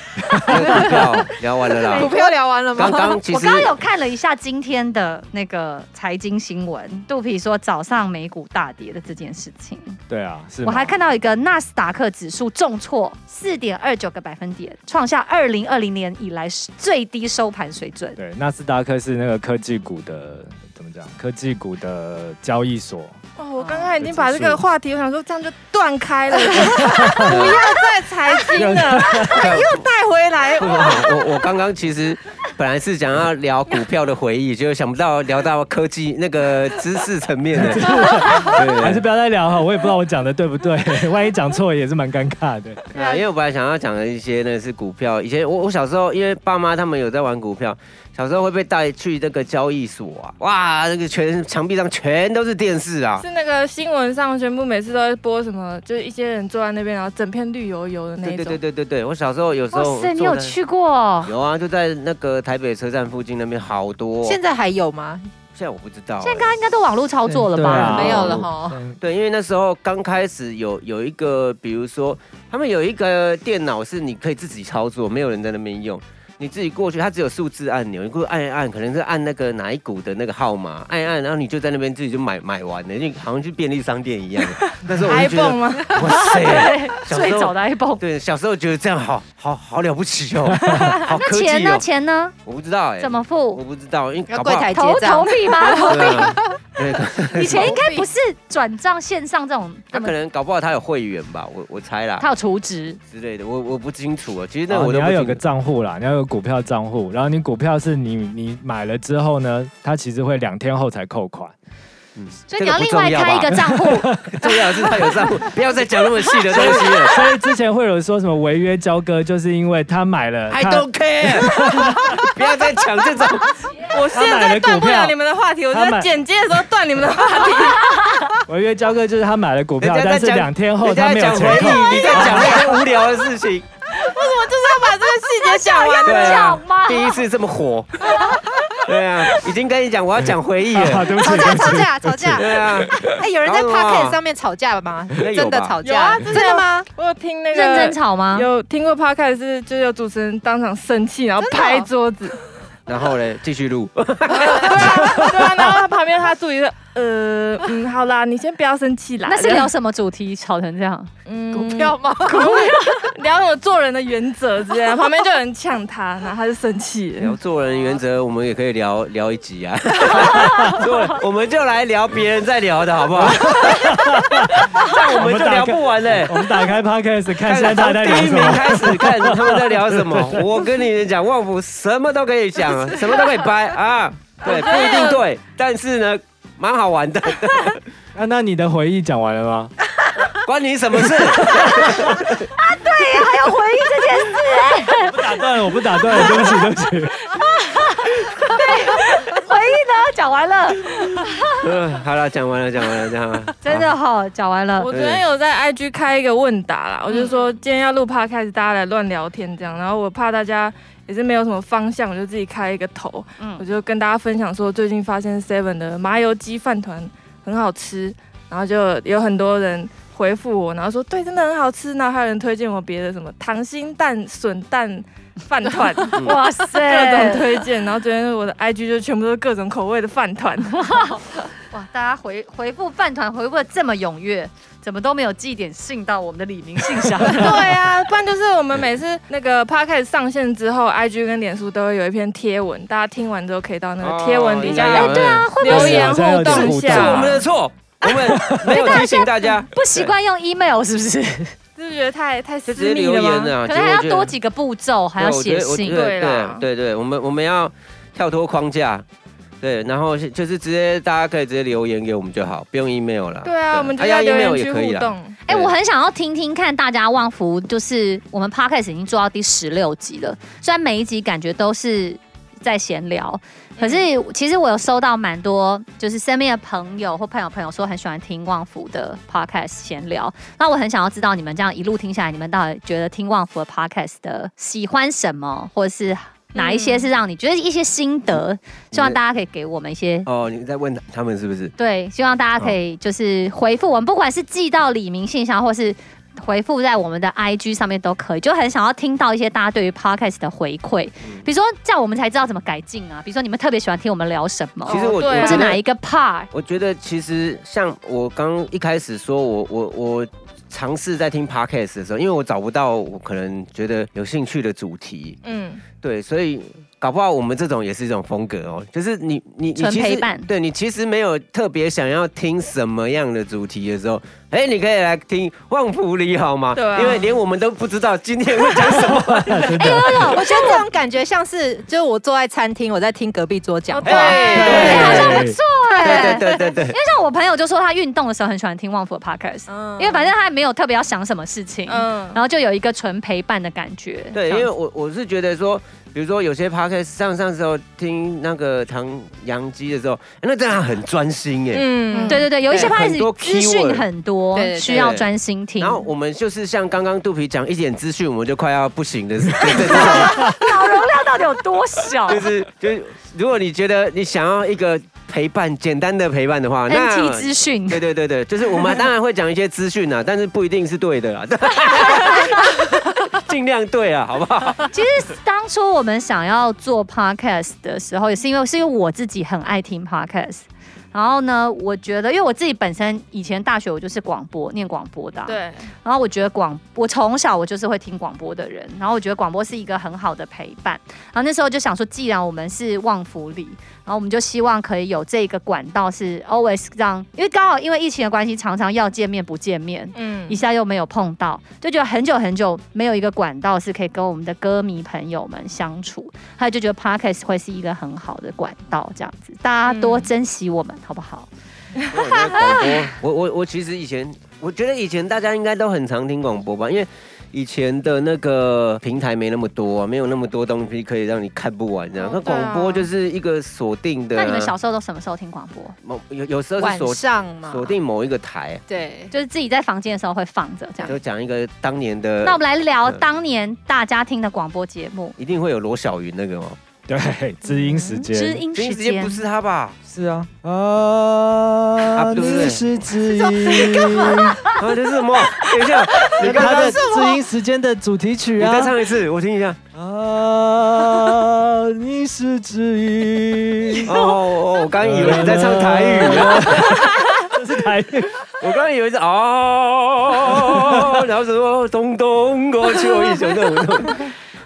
Speaker 1: 那个股票聊完 了
Speaker 6: 股
Speaker 1: 啦。
Speaker 6: 票聊完了吗
Speaker 1: 刚？刚其
Speaker 2: 我
Speaker 1: 实
Speaker 2: 刚刚有看了一下今天的那个财经新闻，肚皮说早上美股大跌的这件事情，
Speaker 5: 对啊，是吗。
Speaker 2: 我还看到一个纳斯达克指数重挫四点二九个百分点，创下二零二零年以来最低收盘水准。
Speaker 5: 对，纳斯达克是那个科技股的，怎么讲？科技股的交易所。
Speaker 3: 哦，我刚刚已经把这个话题，我想说这样就断开 了，不要再财经了，又带回来。
Speaker 1: 不不不我我刚刚其实本来是想要聊股票的回忆，结果想不到聊到科技那个知识层面 的，对
Speaker 5: 还是不要再聊哈，我也不知道我讲的对 不对，万一讲错也是蛮尴尬的。
Speaker 1: 对啊，因为我本来想要讲的一些呢是股票，以前我我小时候因为爸妈他们有在玩股票，小时候会被带去那个交易所啊，哇，那个全墙壁上全都是电视啊，
Speaker 3: 是那个新闻上宣布，每次都在播什么，就是一些人坐在那边，然后整片绿油油的那
Speaker 1: 对
Speaker 3: 一
Speaker 1: 对
Speaker 3: 种。
Speaker 1: 对对对对，我小时候有时
Speaker 2: 哇
Speaker 1: 候
Speaker 2: 塞，你
Speaker 1: 坐
Speaker 2: 有
Speaker 1: 在
Speaker 2: 去过？哦
Speaker 1: 有啊，就在那个台北车站附近那边好多哦、
Speaker 6: 现在还有吗？
Speaker 1: 现在我不知道、
Speaker 2: 现在刚应该都网络操作了
Speaker 5: 对
Speaker 2: 吧
Speaker 5: 啊？
Speaker 6: 没有了哈。
Speaker 5: 嗯
Speaker 1: 对，因为那时候刚开始有有一个，比如说他们有一个电脑是你可以自己操作，没有人在那边用。你自己过去，它只有数字按钮，你过去按一按，可能是按那个哪一股的那个号码，按一按，然后你就在那边自己就买买完了，就好像去便利商店一 样。那时候我就觉
Speaker 3: iPhone
Speaker 1: 得，
Speaker 3: 吗？
Speaker 1: 哇塞，
Speaker 2: 对，
Speaker 1: 小时候
Speaker 2: 最早的 iPhone。
Speaker 1: 对，小时候觉得这样好好好了不起 哦，好
Speaker 2: 那
Speaker 1: 科技
Speaker 2: 钱呢？
Speaker 1: 哦。
Speaker 2: 钱呢？
Speaker 1: 我不知道哎、
Speaker 2: 怎么
Speaker 1: 我
Speaker 2: 付？
Speaker 1: 不知道，因为
Speaker 6: 要
Speaker 1: 搞不
Speaker 6: 柜
Speaker 1: 好
Speaker 6: 台结
Speaker 2: 投投
Speaker 6: 账，
Speaker 2: 币吗？
Speaker 1: 对啊对，
Speaker 2: 以前应该不是转账线上这种
Speaker 1: 他
Speaker 2: 这
Speaker 1: 啊可
Speaker 2: 么，
Speaker 1: 能搞不好他有会员吧，我我猜啦
Speaker 2: 他有储值，
Speaker 1: 之类的，我我不清楚啊。其实那
Speaker 5: 哦
Speaker 1: 我
Speaker 5: 你
Speaker 1: 都不
Speaker 5: 要有
Speaker 1: 清
Speaker 5: 个
Speaker 1: 楚。
Speaker 5: 账户啦，你要有股票账户，然后你股票是你你买了之后呢，它其实会两天后才扣款。
Speaker 1: 嗯
Speaker 2: 所以你要另外开一个，账户。
Speaker 1: 这不重要吧重要的是他有 账户，不要再讲那么细的东西了。
Speaker 5: 所以之前会有人说什么违约交割，就是因为他买了
Speaker 1: I
Speaker 5: 他
Speaker 1: don't care，不要再讲这种。
Speaker 3: 我现在断不了你们的话题，我
Speaker 5: 他买
Speaker 3: 在剪接的时候断你们的话题。
Speaker 5: 违约交割就是他买了股票，
Speaker 1: 人家在
Speaker 5: 但是
Speaker 1: 讲
Speaker 5: 两天后
Speaker 1: 人家在
Speaker 5: 他没
Speaker 1: 讲
Speaker 5: 有
Speaker 1: 回
Speaker 5: 钱扣。
Speaker 1: 忆，你在讲那 些无聊的事情。
Speaker 3: 我就是要把这个细节讲完。
Speaker 1: 对啊
Speaker 2: 讲吗，
Speaker 1: 第一次这么火。对啊，已经跟你讲我要讲回忆 了。
Speaker 5: 对不起
Speaker 6: 吵，架 吵架吵架。
Speaker 1: 对啊，
Speaker 6: 哎，有人在
Speaker 1: 然后啊
Speaker 6: Pocket 上面吵架吗？
Speaker 1: 应该有
Speaker 6: 真的
Speaker 1: 吧
Speaker 6: 吵
Speaker 3: 有
Speaker 6: 架
Speaker 3: 啊？真的有
Speaker 6: 吗？
Speaker 3: 我有听那个
Speaker 2: 认真吵吗？
Speaker 3: 有听过 podcast 是就是有主持人当场生气，然后
Speaker 6: 真的哦
Speaker 3: 拍桌子。
Speaker 1: 然后呢，继续录。
Speaker 2: 哦
Speaker 3: 对啊，对啊，然后他旁边他助理说：“呃，嗯，好啦，你先不要生气啦。”
Speaker 2: 那是聊什么主题吵成这样？
Speaker 3: 嗯
Speaker 6: 股票吗？
Speaker 3: 聊什么做人的原则之类的，旁边就有人呛他，然后他就生气了。
Speaker 1: 聊做人原则，我们也可以聊聊一集 啊。做人，我们就来聊别人在聊的好 不好？这样我们就聊不完嘞、
Speaker 5: 我们打开 podcast 看现在大家
Speaker 1: 从
Speaker 5: 在聊
Speaker 1: 第一
Speaker 5: 什
Speaker 1: 名
Speaker 5: 么。
Speaker 1: 开始看他们在聊什么。 我跟你们讲，旺福什么都可以讲， 什么都可以掰啊。对，不一定 对，但是呢，蛮好玩的，
Speaker 5: 那那你的回忆讲完了吗？
Speaker 1: 关你什么 事？
Speaker 2: 还有回忆这件事，
Speaker 5: 我不打断了，我不打断 了，对不起，对不起。
Speaker 2: 回忆呢？讲完了，
Speaker 1: 嗯，好了，讲完了，讲完了，讲完 了。
Speaker 2: 真的哈，讲完了。
Speaker 3: 我昨天有在 IG 开一个问答啦，我就说今天要录 podcast，大家来乱聊天这样，然后我怕大家也是没有什么方向，我就自己开一个头，
Speaker 2: 嗯
Speaker 3: 我就跟大家分享说最近发现 Seven 的麻油鸡饭团很好吃，然后就有很多人。回复我，然后说对，真的很好吃。然后还有人推荐我别的什么溏心蛋笋蛋饭团，
Speaker 2: 哇
Speaker 3: 各种
Speaker 2: 塞！
Speaker 3: 推荐。然后昨天我的 IG 就全部都是各种口味的饭团。
Speaker 2: 哇，大家回回复饭团回复的这么踊跃，怎么都没有寄点信到我们的李明信箱？
Speaker 3: 对啊，不然就是我们每次那个 podcast 上线之后，IG 跟脸书都会有一篇贴文，大家听完之后可以到那个贴文底
Speaker 1: 哦
Speaker 3: 下
Speaker 1: 哎对啊，
Speaker 3: 留言互动一
Speaker 5: 对
Speaker 1: 是我
Speaker 5: 啊
Speaker 1: 们
Speaker 3: 下。
Speaker 1: 的错，我们没有提醒大家，
Speaker 2: 不习惯用 email 是不是？
Speaker 3: 是不是觉得太太
Speaker 1: 就
Speaker 3: 私
Speaker 1: 直接
Speaker 3: 密
Speaker 1: 留
Speaker 3: 了
Speaker 1: 言
Speaker 3: 吗？
Speaker 1: 了。
Speaker 2: 可能还要
Speaker 1: 啊结果
Speaker 2: 多
Speaker 1: 就
Speaker 2: 几个步骤，还要写
Speaker 1: 对我觉
Speaker 2: 信。
Speaker 1: 得我觉得
Speaker 3: 对啦
Speaker 1: 对对，我们我们要跳脱框架，对，然后是就是直接大家可以直接留言给我们就好，不用 email 了。
Speaker 3: 对啊，我们就
Speaker 1: 哎呀
Speaker 3: 在留
Speaker 1: email
Speaker 3: 言
Speaker 1: 也
Speaker 3: 区
Speaker 1: 可以
Speaker 3: 互
Speaker 1: 啦。
Speaker 3: 动。
Speaker 1: 对
Speaker 2: 哎、我很想要听听看大家旺福，就是我们 podcast 已经做到第十六集了，虽然每一集感觉都是在闲聊，可
Speaker 1: 嗯
Speaker 2: 是其实我有收到蛮多，就是身边的朋友或朋友朋友说很喜欢听旺福的 podcast 闲聊，那我很想要知道你们这样一路听下来，你们到底觉得听旺福的 podcast 的喜欢什么，或者是哪一些
Speaker 1: 嗯
Speaker 2: 是让你觉得一些心得，希望大家可以给我们一些
Speaker 1: 哦，你在问他们是不是？
Speaker 2: 对，希望大家可
Speaker 1: 嗯
Speaker 2: 以就是回复我们，不管是寄到李明信箱，或是回复在我们的 IG 上面都可以。就很想要听到一些大家对于 Podcast 的回馈，
Speaker 1: 嗯
Speaker 2: 比如说这样我们才知道怎么改进啊。比如说你们特别喜欢听我们聊什么，
Speaker 1: 其实我
Speaker 3: 哦对啊
Speaker 2: 或
Speaker 1: 我
Speaker 2: 是
Speaker 1: 觉
Speaker 2: 哪
Speaker 1: 得
Speaker 2: 一个 part，
Speaker 1: 我觉得其实像我刚一开始说我我我尝试在听 podcast 的时候，因为我找不到我可能觉得有兴趣的主题，
Speaker 3: 嗯，
Speaker 1: 对，所以搞不好我们这种也是一种风格哦，就是你你你
Speaker 2: 纯
Speaker 1: 其实
Speaker 2: 陪伴
Speaker 1: 对你其实没有特别想要听什么样的主题的时候，哎，你可以来听《旺福里》好吗？
Speaker 3: 对啊
Speaker 1: 因为连我们都不知道今天会讲什么。
Speaker 6: 嗯 我觉得这种感觉像是，就是我坐在餐厅，我在听隔壁桌讲
Speaker 3: 哦
Speaker 6: 话。
Speaker 3: 对
Speaker 1: 对
Speaker 2: 好像不错
Speaker 1: 对
Speaker 2: 哎、
Speaker 1: 对对 对对，
Speaker 2: 像我朋友就说他运动的时候很喜欢听旺福的 podcast，、
Speaker 6: 嗯
Speaker 2: 因为反正他也没有特别要想什么事情，
Speaker 6: 嗯，
Speaker 2: 然后就有一个纯陪伴的感觉。
Speaker 1: 对，因
Speaker 2: 这
Speaker 1: 为
Speaker 2: 样
Speaker 1: 我我是觉得说，比如说有些 podcast 上上时候听那个唐杨基的时候，那真的很专心哎。
Speaker 6: 嗯，
Speaker 2: 对
Speaker 6: 对，
Speaker 2: 对对，有一些
Speaker 1: 对哎很
Speaker 2: podcast
Speaker 1: 多
Speaker 2: 资
Speaker 1: keyword
Speaker 2: 讯很多
Speaker 6: 对对，对
Speaker 2: 需要专心听
Speaker 1: 然。后我们就是像刚刚肚皮讲一点资讯，我们就快要不行的时候，对对对
Speaker 2: 脑容量到底有多小
Speaker 1: 对 就是就是，如果你觉得你想要一个陪伴，简单的陪伴的话，啊那
Speaker 2: ？NT 资讯，
Speaker 1: 对对对对，就是我们当然会讲一些资讯啊，但是 不一定是对的啦，尽量对啊，好不好？
Speaker 2: 其实当初我们想要做 podcast 的时候，也是因为是因为我自己很爱听 podcast。然后呢，我觉得，因为我自己本身以前大学我就是广播，念广播的、。啊
Speaker 6: 对，
Speaker 2: 然后我觉得广，我从小我就是会听广播的人。然后我觉得广播是一个很好的陪伴。然后那时候就想说，既然我们是旺福里，然后我们就希望可以有这个管道是 always 让，因为刚好因为疫情的关系，常常要见面不见面，
Speaker 6: 嗯
Speaker 2: 一，下又没有碰到，就觉得很久很久没有一个管道是可以跟我们的歌迷朋友们相处，还有就觉得 podcast 会是一个很好的管道，这样子大家多
Speaker 6: 嗯
Speaker 2: 珍惜我们，好不好？
Speaker 1: 我觉得广播， 我我我其实以前，我觉得以前大家应该都很常听广播吧，因为以前的那个平台没那么多、啊，没有那么多东西可以让你看不完这样。
Speaker 6: 哦
Speaker 1: 那
Speaker 6: 对啊
Speaker 1: 广播就是一个锁定的啊、
Speaker 2: 那你们小时候都什么时候听广播？
Speaker 1: 某有有时候是
Speaker 6: 晚
Speaker 1: 锁
Speaker 6: 上嘛，
Speaker 1: 锁，定某一个台，
Speaker 6: 对，
Speaker 2: 就是自己在房间的时候会放着这
Speaker 1: 就
Speaker 2: 样。
Speaker 1: 讲一个当年的
Speaker 2: 那我，们来聊
Speaker 1: 嗯
Speaker 2: 当年大家听的广播节目
Speaker 1: 一定会有罗小云那个哦，
Speaker 5: 对，知音时
Speaker 2: 《知
Speaker 5: 间
Speaker 2: 音
Speaker 1: 这
Speaker 2: 时
Speaker 1: 直接
Speaker 2: 间
Speaker 1: 不》。是他吧？
Speaker 5: 是啊，啊，
Speaker 1: 对不对
Speaker 5: 你是知 音，
Speaker 1: 啊，这是什么？等一下，你刚
Speaker 5: 他
Speaker 1: 刚
Speaker 5: 的知音时间的主题曲
Speaker 1: 你
Speaker 5: 啊
Speaker 1: 再，唱一次，我听一下。
Speaker 5: 啊，你是知 音
Speaker 1: 哦，哦，哦我刚以为你在唱台语。啊
Speaker 5: 这是台语，
Speaker 1: 我刚才以为是哦，然后什么东东过秋一雄那种，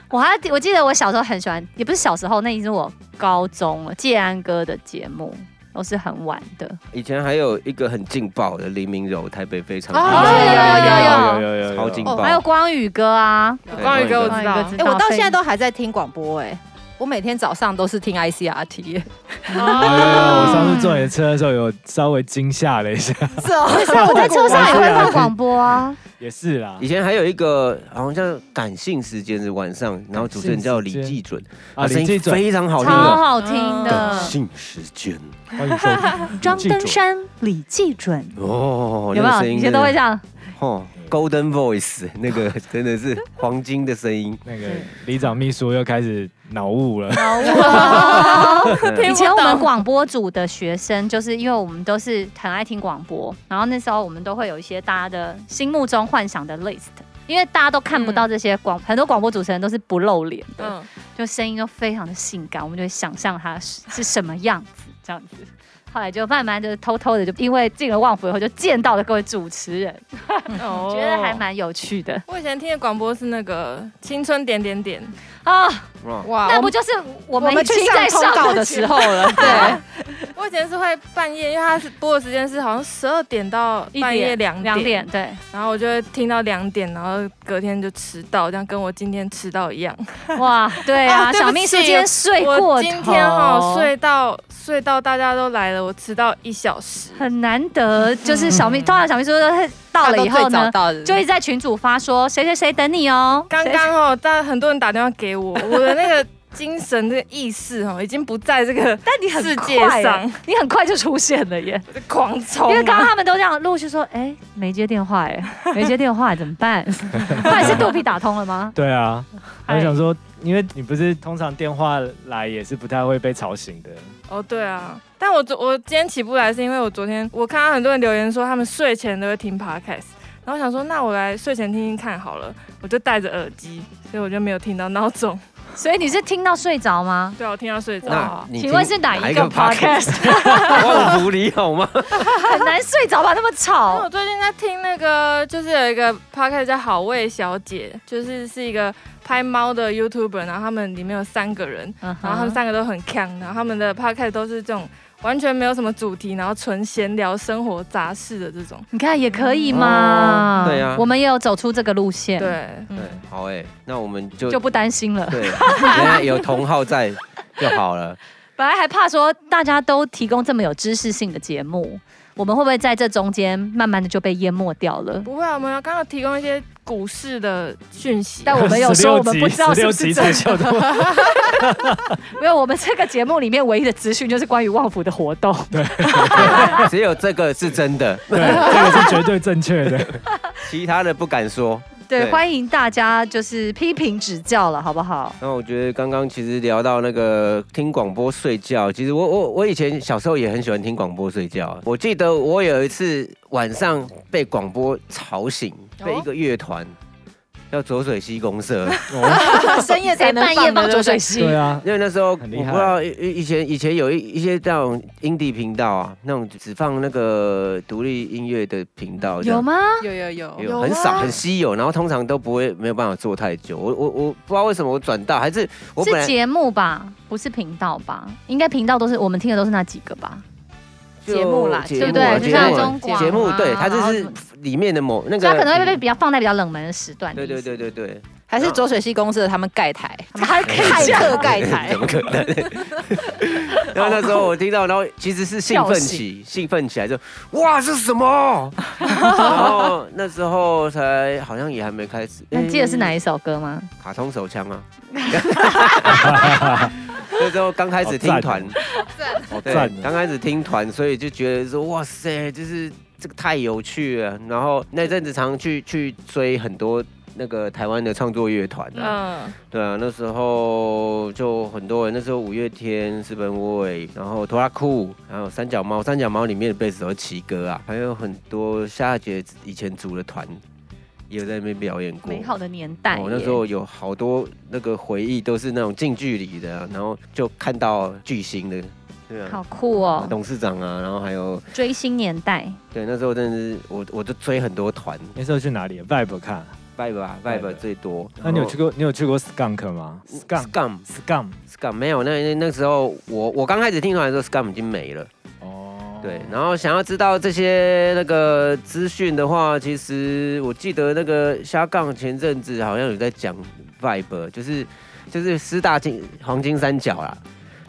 Speaker 2: 我还我记得我小时候很喜欢，也不是小时候，那已经是我高中了。建安哥的节目都是很晚的，
Speaker 1: 以前还有一个很劲爆的黎明柔，台北非常
Speaker 6: 哦
Speaker 2: 有有有有
Speaker 5: 有有有
Speaker 1: 超劲
Speaker 6: 哦
Speaker 1: 爆，
Speaker 2: 还有光宇哥啊，
Speaker 1: 对
Speaker 3: 关宇哥我
Speaker 2: 关
Speaker 3: 知
Speaker 2: 宇哥
Speaker 3: 道
Speaker 2: 知
Speaker 6: 哎，我到现在
Speaker 2: 所以
Speaker 6: 都还在听广播，哎，我每天早上都是听 ICRT，
Speaker 5: 有有有，我上次坐你的车的时候有稍微惊吓了一下，
Speaker 6: 是哦，
Speaker 2: 我在车上也会放广播啊。
Speaker 5: 也是啦
Speaker 1: 以，前还有一个好像叫感性时间是晚上，然后主持人叫李济准，
Speaker 5: 啊，
Speaker 1: 声
Speaker 5: 林
Speaker 1: 音
Speaker 5: 记准，
Speaker 1: 非常好
Speaker 2: 超
Speaker 1: 听的。
Speaker 2: 好听
Speaker 1: 感
Speaker 2: 的，
Speaker 1: 性时间
Speaker 5: 欢迎收听
Speaker 2: 张
Speaker 5: 记准
Speaker 2: 根山、李济准，
Speaker 1: 哦，
Speaker 2: 有没有？以前都会这样。
Speaker 1: 哦，Golden Voice 那 个真的是黄金的声音。
Speaker 5: 那个里长秘书又开始脑雾了，
Speaker 2: 以前我们广播组的学生，就是因为我们都是很爱听广播，然后那时候我们都会有一些大家的心目中幻想的 list，因为大家都看不到这嗯些广，很多广播主持人都是不露脸的，
Speaker 6: 嗯，
Speaker 2: 就声音都非常的性感，我们就会想象他是是什么样子这样子。后来就慢慢就是偷偷的，就因为进了旺福以后，就见到了各位主持人，
Speaker 3: 哦
Speaker 2: 觉得还蛮有趣的
Speaker 3: 我以前听的广播是那个青春点点点，
Speaker 2: 啊、
Speaker 1: 哦
Speaker 6: 哇
Speaker 2: 那不就是我们
Speaker 6: 我
Speaker 2: 已
Speaker 6: 们去
Speaker 2: 经在
Speaker 6: 上
Speaker 2: 上
Speaker 6: 通告
Speaker 2: 课
Speaker 6: 的
Speaker 2: 时候了？对，
Speaker 3: 我以前是会半夜，因为它是播的时间是好像十二点到半夜两
Speaker 2: 两点，对。
Speaker 3: 然后我就会听到两点，然后隔天就迟到，这样跟我今天迟到一样。
Speaker 2: 哇，对啊，
Speaker 6: 啊对不
Speaker 2: 小秘书
Speaker 6: 起
Speaker 2: 今天睡哎过
Speaker 3: 我
Speaker 2: 头，
Speaker 3: 今天哦睡到睡到大家都来了，我迟到一小时。
Speaker 2: 很难得，就是小秘，通常小秘书都是到了以后呢，就一直在群主发说谁谁谁等你哦，
Speaker 3: 刚
Speaker 2: 谁
Speaker 3: 刚哦，大家很多人打电话 给我，我的那个精神这个意识哦，已经不在这个
Speaker 2: 但你很
Speaker 3: 世界
Speaker 2: 快耶
Speaker 3: 上，
Speaker 2: 你很快就出现了耶，
Speaker 3: 狂
Speaker 2: 因
Speaker 3: 冲啊。
Speaker 2: 为刚刚他们都这样陆续说，哎，没接电话 哎，没接电话怎么办？ 后来是肚皮打通了吗？
Speaker 5: 对啊，
Speaker 2: 嗨
Speaker 5: 我想说，因为你不是通常电话来也是不太会被吵醒的，
Speaker 3: 哦，对啊，但我昨我今天起不来，是因为我昨天我看到很多人留言说他们睡前都会听 podcast，然后我想说那我来睡前听听看好了，我就戴着耳机，所以我就没有听到闹钟。
Speaker 2: 所以你是听到睡着吗？
Speaker 3: 对啊，我听到睡着。
Speaker 1: 那你
Speaker 2: 请问是
Speaker 1: 听
Speaker 2: 哪一个 podcast？
Speaker 1: 旺福里好吗？
Speaker 2: 很难睡着吧，那么
Speaker 3: 因为
Speaker 2: 吵
Speaker 3: 我。最近在听那个，就是有一个 podcast 叫好味小姐，就是是一个拍猫的 YouTuber，然后他们里面有三个人，
Speaker 2: 然
Speaker 3: 然后他们三个都很强，然后他们的 podcast 都是这种完全没有什么主题，然后纯闲聊生活杂事的这种。
Speaker 2: 你看也可以嘛，
Speaker 1: 哦对啊
Speaker 2: 我们也有走出这个路线，，
Speaker 3: 对，
Speaker 1: 对，
Speaker 2: 嗯
Speaker 1: 好欸哎，那我们就
Speaker 2: 就不担心了。
Speaker 1: 对，原来有同号在就好了。
Speaker 2: 本来还怕说大家都提供这么有知识性的节目，我们会不会在这中间慢慢的就被淹没掉了？
Speaker 3: 不会啊，我们刚刚提供一些股市的讯息，啊
Speaker 2: 但我们有说我们不知道是不是
Speaker 5: 16集
Speaker 2: 真的
Speaker 5: 才叫做
Speaker 2: 没有，我们这个节目里面唯一的资讯就是关于旺福的活动。
Speaker 1: 只有这个是真的，
Speaker 5: 对，这个是绝对正确的。
Speaker 1: 其他的不敢说。
Speaker 2: 对，
Speaker 1: 对
Speaker 2: 欢迎大家就是批评指教了，好不好？
Speaker 1: 那我觉得刚刚其实聊到那个听广播睡觉，其实我我我以前小时候也很喜欢听广播睡觉。我记得我有一次晚上被广播吵醒，
Speaker 3: 哦
Speaker 1: 被一个乐团叫浊水溪公社，
Speaker 6: 深夜才 能
Speaker 2: 半夜
Speaker 6: 的
Speaker 2: 放
Speaker 6: 对不
Speaker 2: 浊水
Speaker 6: 对
Speaker 2: 溪
Speaker 5: 对，啊，
Speaker 1: 因为那时候我不
Speaker 5: 很
Speaker 1: 知
Speaker 5: 厉 害
Speaker 1: 道以以前以前有一一些那种音地频道啊，那种只放那个独立音乐的频道，这样
Speaker 2: 有吗？
Speaker 6: 有有有
Speaker 1: 有
Speaker 3: 有
Speaker 1: 很
Speaker 3: 啊
Speaker 1: 少很稀有，然后通常都不会没有办法做太久。我我我不知道为什么我转到还是我本
Speaker 2: 是
Speaker 1: 来
Speaker 2: 节目吧，不是频道吧？应该频道都是我们听的都是那几个吧？
Speaker 1: 就
Speaker 6: 节目啦
Speaker 1: 节目
Speaker 2: 对不
Speaker 1: 啊
Speaker 2: 对？就
Speaker 1: 节
Speaker 2: 像
Speaker 1: 目啊
Speaker 2: 中广啊
Speaker 1: 节目对，它就
Speaker 2: 然后什
Speaker 1: 是
Speaker 2: 么
Speaker 1: 里面的某那
Speaker 2: 所以
Speaker 1: 个
Speaker 2: 它可能会被比较放在比较冷门的时段。
Speaker 1: 对对对对 对，
Speaker 6: 还是浊水溪公司的他们盖台，
Speaker 2: 它还可以
Speaker 6: 骇
Speaker 2: 这样
Speaker 6: 客盖 台
Speaker 1: 怎，么可能？然后那时候我听到，然后其实是兴奋起，兴奋起来就哇这是什么？ 然后那时候才好像也还没开始，
Speaker 2: 那 你记得是哪
Speaker 1: 诶
Speaker 2: 一首歌吗？
Speaker 1: 卡通手枪 啊？那时候刚开始听团，
Speaker 5: 好
Speaker 1: 对
Speaker 5: 赞，
Speaker 1: 刚
Speaker 5: 哦！
Speaker 1: 开始听团，所以就觉得说哇塞，就是这个太有趣了。然后那阵子常去去追很多那个台湾的创作乐团啊，
Speaker 3: 嗯，
Speaker 1: 对啊，那时候就很多人，那时候五月天、四本卫，然后拖拉库，还有三脚猫，三脚猫里面的贝斯手是奇哥啊，还有很多夏姐以前组的团。也有在那边表演过，
Speaker 2: 美好的年代耶。
Speaker 1: 哦、那时候有好多那个回忆都是那种近距离的啊、然后就看到巨星的，对啊，
Speaker 2: 好酷哦，
Speaker 1: 董事长啊，然后还有
Speaker 2: 追星年代。
Speaker 1: 对那时候真的是我我就追很多团
Speaker 5: 那时候去哪里？Vibe 看。
Speaker 1: ，Vibe 啊
Speaker 5: Vibe
Speaker 1: Vibe 最多。
Speaker 5: 那你有去过？你有去过 Skunk 吗
Speaker 1: Scum
Speaker 5: ？Skunk，Skunk，
Speaker 1: Scum 没有？那那那时候我我刚开始听团的时候，Scum 已经没了。
Speaker 5: 哦，
Speaker 1: 对，然后想要知道这些那个资讯的话，其实我记得那个虾杠前阵子好像有在讲 Vibe，就是就是四大金黄金三角啦。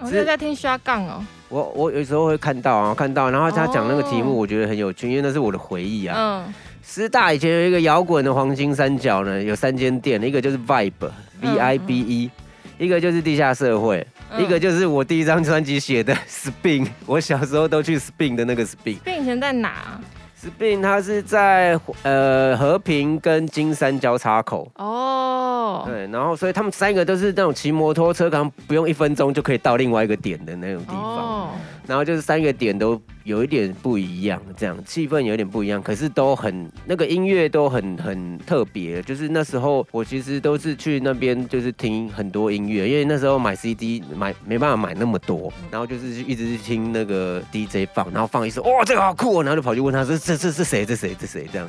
Speaker 3: 我是在听 s h a 杠哦，
Speaker 1: 我我有时候会看到啊，看到，然后他讲那个题目，
Speaker 3: 哦
Speaker 1: 我觉得很有趣，因为那是我的回忆啊。
Speaker 3: 嗯，
Speaker 1: 师大以前有一个摇滚的黄金三角呢，有三间店，一个就是
Speaker 3: 嗯
Speaker 1: Vibe V I B E，、一个就是地下社会，
Speaker 3: 嗯
Speaker 1: 一个就是我第一张专辑写的 Spin，我小时候都去 Spin 的那个 Spin。
Speaker 3: 并以前在哪？啊
Speaker 1: Spin 它是在呃和平跟金山交叉口。
Speaker 3: 哦，
Speaker 1: 对，然后所以他们三个都是那种骑摩托车，可能不用一分钟就可以到另外一个点的那种地方。
Speaker 3: 哦，
Speaker 1: 然后就是三个点都有一点不一样，这样气氛有点不一样，可是都很那个音乐都很很特别。就是那时候我其实都是去那边就是听很多音乐，因为那时候买 CD 买没办法买那么多，然后就是一直去听那个 DJ 放，然后放一首哇这个好酷哦，然后就跑去问他说这这是谁这谁这谁这样。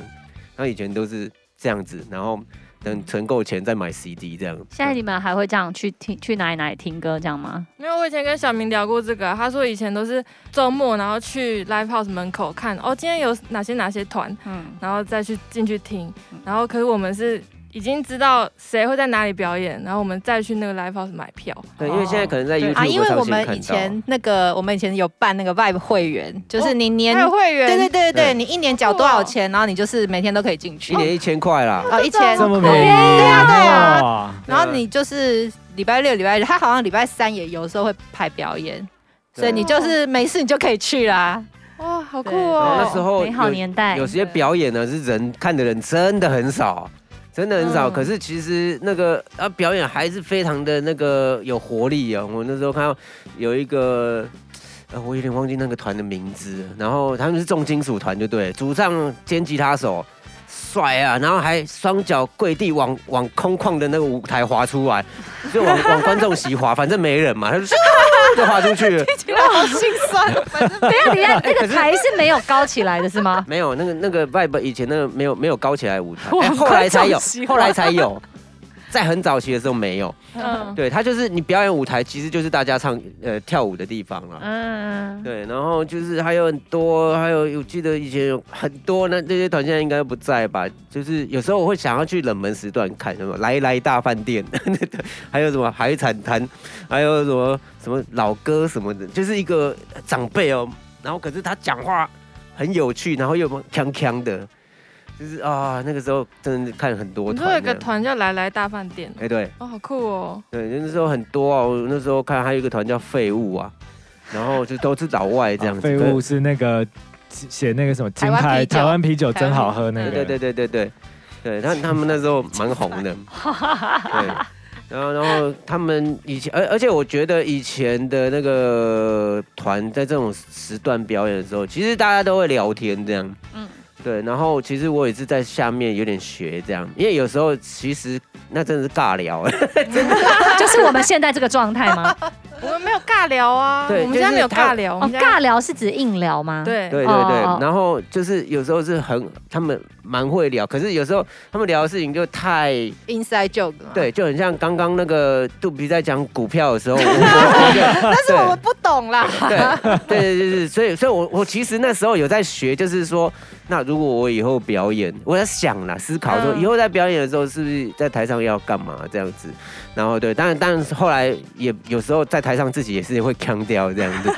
Speaker 1: 然后以前都是这样子，然后等存够钱再买 CD 这样。
Speaker 2: 现在你们还会这样去听去哪里哪里听歌这样吗？
Speaker 3: 没有，我以前跟小明聊过这个啊、他说以前都是周末，然后去 live house 门口看，哦，今天有哪些哪些团，
Speaker 2: 嗯，
Speaker 3: 然后再去进去听，然后可是我们是已经知道谁会在哪里表演，然后我们再去那个 live house 买票。
Speaker 1: 对，因为现在可能在
Speaker 3: 对
Speaker 1: YouTube
Speaker 6: 啊，因为我
Speaker 1: 上先
Speaker 6: 们以
Speaker 1: 看到。
Speaker 6: 前那个，我们以前有办那个 Vibe 会员，就是你年，
Speaker 3: 还有会员，
Speaker 6: 对对对对
Speaker 1: 对
Speaker 6: 对，你一年缴多少钱，然后你就是每天都可以进去
Speaker 1: 一，年一千块啦，
Speaker 6: 哦，一千，
Speaker 5: 这么美丽，
Speaker 6: 对啊对啊
Speaker 5: 啊，
Speaker 6: 然后你就是礼拜六、礼拜日，他好像礼拜三也有时候会排表演，
Speaker 1: 对
Speaker 6: 所以你就是没事你就可以去啦。
Speaker 3: 哇，好酷
Speaker 1: 然后那
Speaker 3: 哦！
Speaker 1: 时候
Speaker 2: 美好
Speaker 1: 有
Speaker 2: 年代
Speaker 1: 有。些表演呢是人看的人真的很少，真的很少。
Speaker 3: 嗯
Speaker 1: 可是其实那个啊表演还是非常的那个有活力啊。我那时候看到有一个。呃，我有点忘记那个团的名字，然后他们是重金属团，就对了，主唱兼吉他手，帅啊，然后还双脚跪地往往空旷的那个舞台滑出来，就往往观众席滑，反正没人嘛，他就就滑出去了，
Speaker 6: 好心酸，反正
Speaker 2: 等一下等一 下，那
Speaker 1: 可
Speaker 2: 个
Speaker 1: 是
Speaker 2: 台是没有高起来的 是吗？
Speaker 1: 没有那个那个 Vibe 以前那个没有没有高起来的舞台，
Speaker 2: 哇
Speaker 1: 哎后来才有
Speaker 2: 观众喜，欢
Speaker 1: 后来才有，在很早期的时候没有，
Speaker 2: 嗯
Speaker 1: 对，它就是你表演舞台，其实就是大家唱呃跳舞的地方了。
Speaker 2: 嗯，
Speaker 1: 对，然后就是还有很多，还有我记得以前有很多，那这些团现在应该不在吧？就是有时候我会想要去冷门时段看什么来来大饭店， 还有什么海产摊，还有什么什么老歌什么的，就是一个长辈哦，然后可是他讲话很有趣，然后又锵锵的，就是啊，那个时候真的看很多
Speaker 3: 你说有
Speaker 1: 团
Speaker 3: 个
Speaker 1: 的。
Speaker 3: 团叫来来大饭店，
Speaker 1: 哎、对
Speaker 3: 哦，好酷哦，
Speaker 1: 对，那时候很多啊，我那时候看还有一个团叫废物啊，然后就都是老外这样子。
Speaker 5: 啊废
Speaker 1: 可是
Speaker 5: 物是那个写那个什么金
Speaker 6: 台湾
Speaker 5: 牌
Speaker 6: 啤酒
Speaker 5: 台湾啤酒真好喝那
Speaker 6: 台
Speaker 5: 个，
Speaker 6: 湾
Speaker 1: 对对对对对对，他他们那时候蛮红的，对，然后然后他们以前，而而且我觉得以前的那个团在这种时段表演的时候，其实大家都会聊天这样，嗯
Speaker 2: 嗯，
Speaker 1: 对，然后其实我也是在下面有点学这样，因为有时候其实那真的是尬聊，
Speaker 2: 就是我们现在这个状态吗？
Speaker 3: 我们没有尬聊啊，
Speaker 1: 对
Speaker 3: 我们现在没有
Speaker 1: 就是他
Speaker 3: 尬 聊，
Speaker 2: 哦，
Speaker 3: 我们现在
Speaker 2: 尬聊是指硬聊吗？，
Speaker 3: 对
Speaker 1: 对对对
Speaker 2: 哦哦，
Speaker 1: 然后就是有时候是很他们蛮会聊，可是有时候他们聊的事情就太。
Speaker 6: inside joke 嘛。，
Speaker 1: 对，就很像刚刚那个肚皮在讲股票的时候，我 但
Speaker 6: 但是我们不懂啦。
Speaker 1: 对对对对对，所以所以我我其实那时候有在学，就是说，那如果我以后表演，我在想啦，思考说
Speaker 3: 嗯
Speaker 1: 以后在表演的时候是不是在台上要干嘛这样子，然后对，当然当然后来也有时候在台上自己也是会腔掉这样子。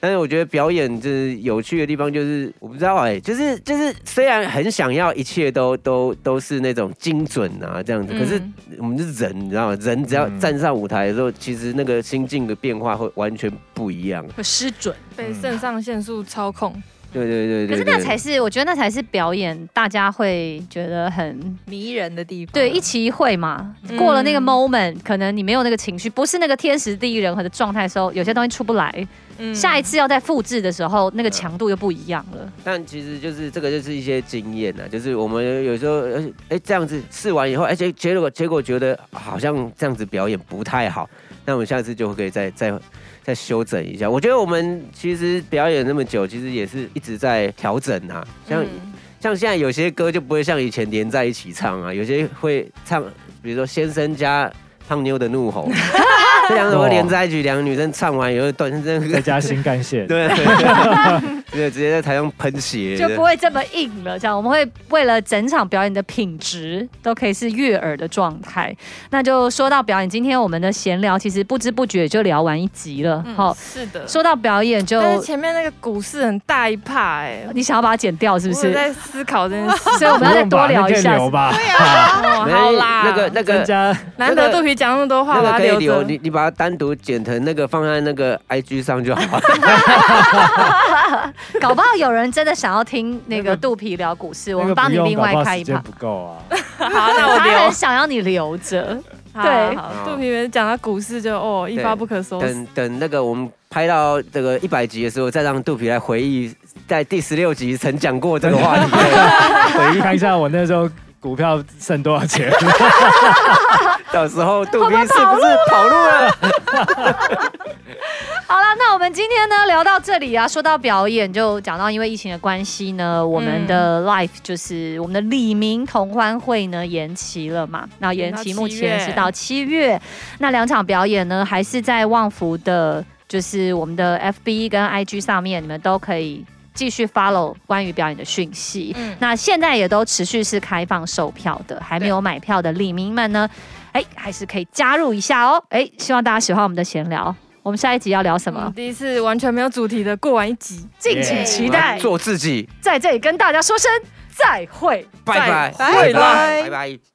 Speaker 1: 但是我觉得表演就是有趣的地方，就是我不知道哎、就是就是虽然很想要一切都都都是那种精准啊这样子，可是
Speaker 3: 嗯
Speaker 1: 我们是人，你知道吗？人只要
Speaker 5: 嗯
Speaker 1: 站上舞台的时候，其实那个心境的变化会完全不一样。
Speaker 6: 会失准，
Speaker 1: 嗯
Speaker 3: 被肾上腺素操控，
Speaker 1: 对对对对对。
Speaker 2: 可是那才是，我觉得那才是表演，大家会觉得很
Speaker 6: 迷人的地方。
Speaker 2: 对，一期一会嘛
Speaker 3: 嗯。
Speaker 2: 过了那个 moment，、可能你没有那个情绪，不是那个天时地利人和的状态的时候，有些东西出不来。
Speaker 3: 嗯
Speaker 2: 下一次要再复制的时候，那个强度又不一样了。
Speaker 1: 但其实就是这个，就是一些经验啊，就是我们有时候，而且哎这样子试完以后，而且结果结果觉得好像这样子表演不太好，那我们下次就可以再再再修整一下。我觉得我们其实表演那么久，其实也是一直在调整啊，像、
Speaker 3: 嗯
Speaker 1: 像现在有些歌就不会像以前连在一起唱啊，有些会唱，比如说《先生加胖妞的怒吼》， 这两首歌连在一起，两个女生唱完以后，段先生
Speaker 5: 再加新干线，
Speaker 1: 对，对，直接在台上喷血，
Speaker 2: 就不会这么硬了。这样，我们会为了整场表演的品质都可以是悦耳的状态。那就说到表演，今天我们的闲聊其实不知不觉就聊完一集了。好、
Speaker 3: 是
Speaker 1: 嗯
Speaker 3: 的，
Speaker 2: 说到表演就，
Speaker 3: 嗯但是前面那个股市很大一趴哎，
Speaker 2: 你想要把它剪掉是不
Speaker 3: 我有
Speaker 2: 是？
Speaker 3: 在思考这件事，
Speaker 2: 所以我
Speaker 5: 不
Speaker 2: 们要再
Speaker 5: 用吧
Speaker 2: 多聊一
Speaker 5: 那可以
Speaker 2: 下。啊
Speaker 5: 留吧，
Speaker 3: 哦
Speaker 1: 没
Speaker 3: 好啦，
Speaker 1: 那个那
Speaker 5: 增
Speaker 1: 个
Speaker 5: 加
Speaker 3: 难得肚皮讲那么多话，
Speaker 1: 那个
Speaker 3: 把它
Speaker 1: 可以
Speaker 3: 留
Speaker 1: 留，
Speaker 3: 着。
Speaker 1: 你你把它单独剪成那个放在那个 IG 上就好了。
Speaker 2: 搞不好有人真的想要听那个肚皮聊股市，我
Speaker 5: 那
Speaker 2: 们
Speaker 5: 个
Speaker 2: 帮
Speaker 5: 不
Speaker 2: 你
Speaker 5: 用，
Speaker 2: 另外
Speaker 5: 搞不好
Speaker 2: 开一
Speaker 5: 时间
Speaker 2: 趴。
Speaker 5: 不够啊。
Speaker 3: 好， 那我
Speaker 2: 他
Speaker 3: 留
Speaker 2: 很。想要你留着，
Speaker 3: 好
Speaker 2: 对
Speaker 3: 好好肚皮人讲到股市就哦一发不可收拾。
Speaker 1: 等等那个我们拍到这个一百集的时候，再让肚皮来回忆，在第十六集曾讲过这个话题。
Speaker 5: 回忆看一下我那时候股票剩多少钱，
Speaker 1: 到时候肚皮是不是跑路了？
Speaker 2: 好了，那我们今天呢聊到这里啊，说到表演就讲到，因为疫情的关系呢，我们的 live 就是我们的李明同欢会呢延期了嘛，那延期
Speaker 3: 延到七月
Speaker 2: 目前是到七月，那两场表演呢还是在旺福的，就是我们的 FB 跟 IG 上面，你们都可以。继续 follow 关于表演的讯息，
Speaker 3: 嗯
Speaker 2: 那现在也都持续是开放售票的，还没有买票的李明们呢，哎，还是可以加入一下哦，哎，希望大家喜欢我们的闲聊。我们下一集要聊什
Speaker 3: 我
Speaker 2: 么
Speaker 3: 们？第一次完全没有主题的过完一集，
Speaker 2: 敬请期待，
Speaker 1: 做自己，
Speaker 2: 在这里跟大家说声再会。
Speaker 1: 拜拜，
Speaker 3: 再会啦
Speaker 1: 拜拜。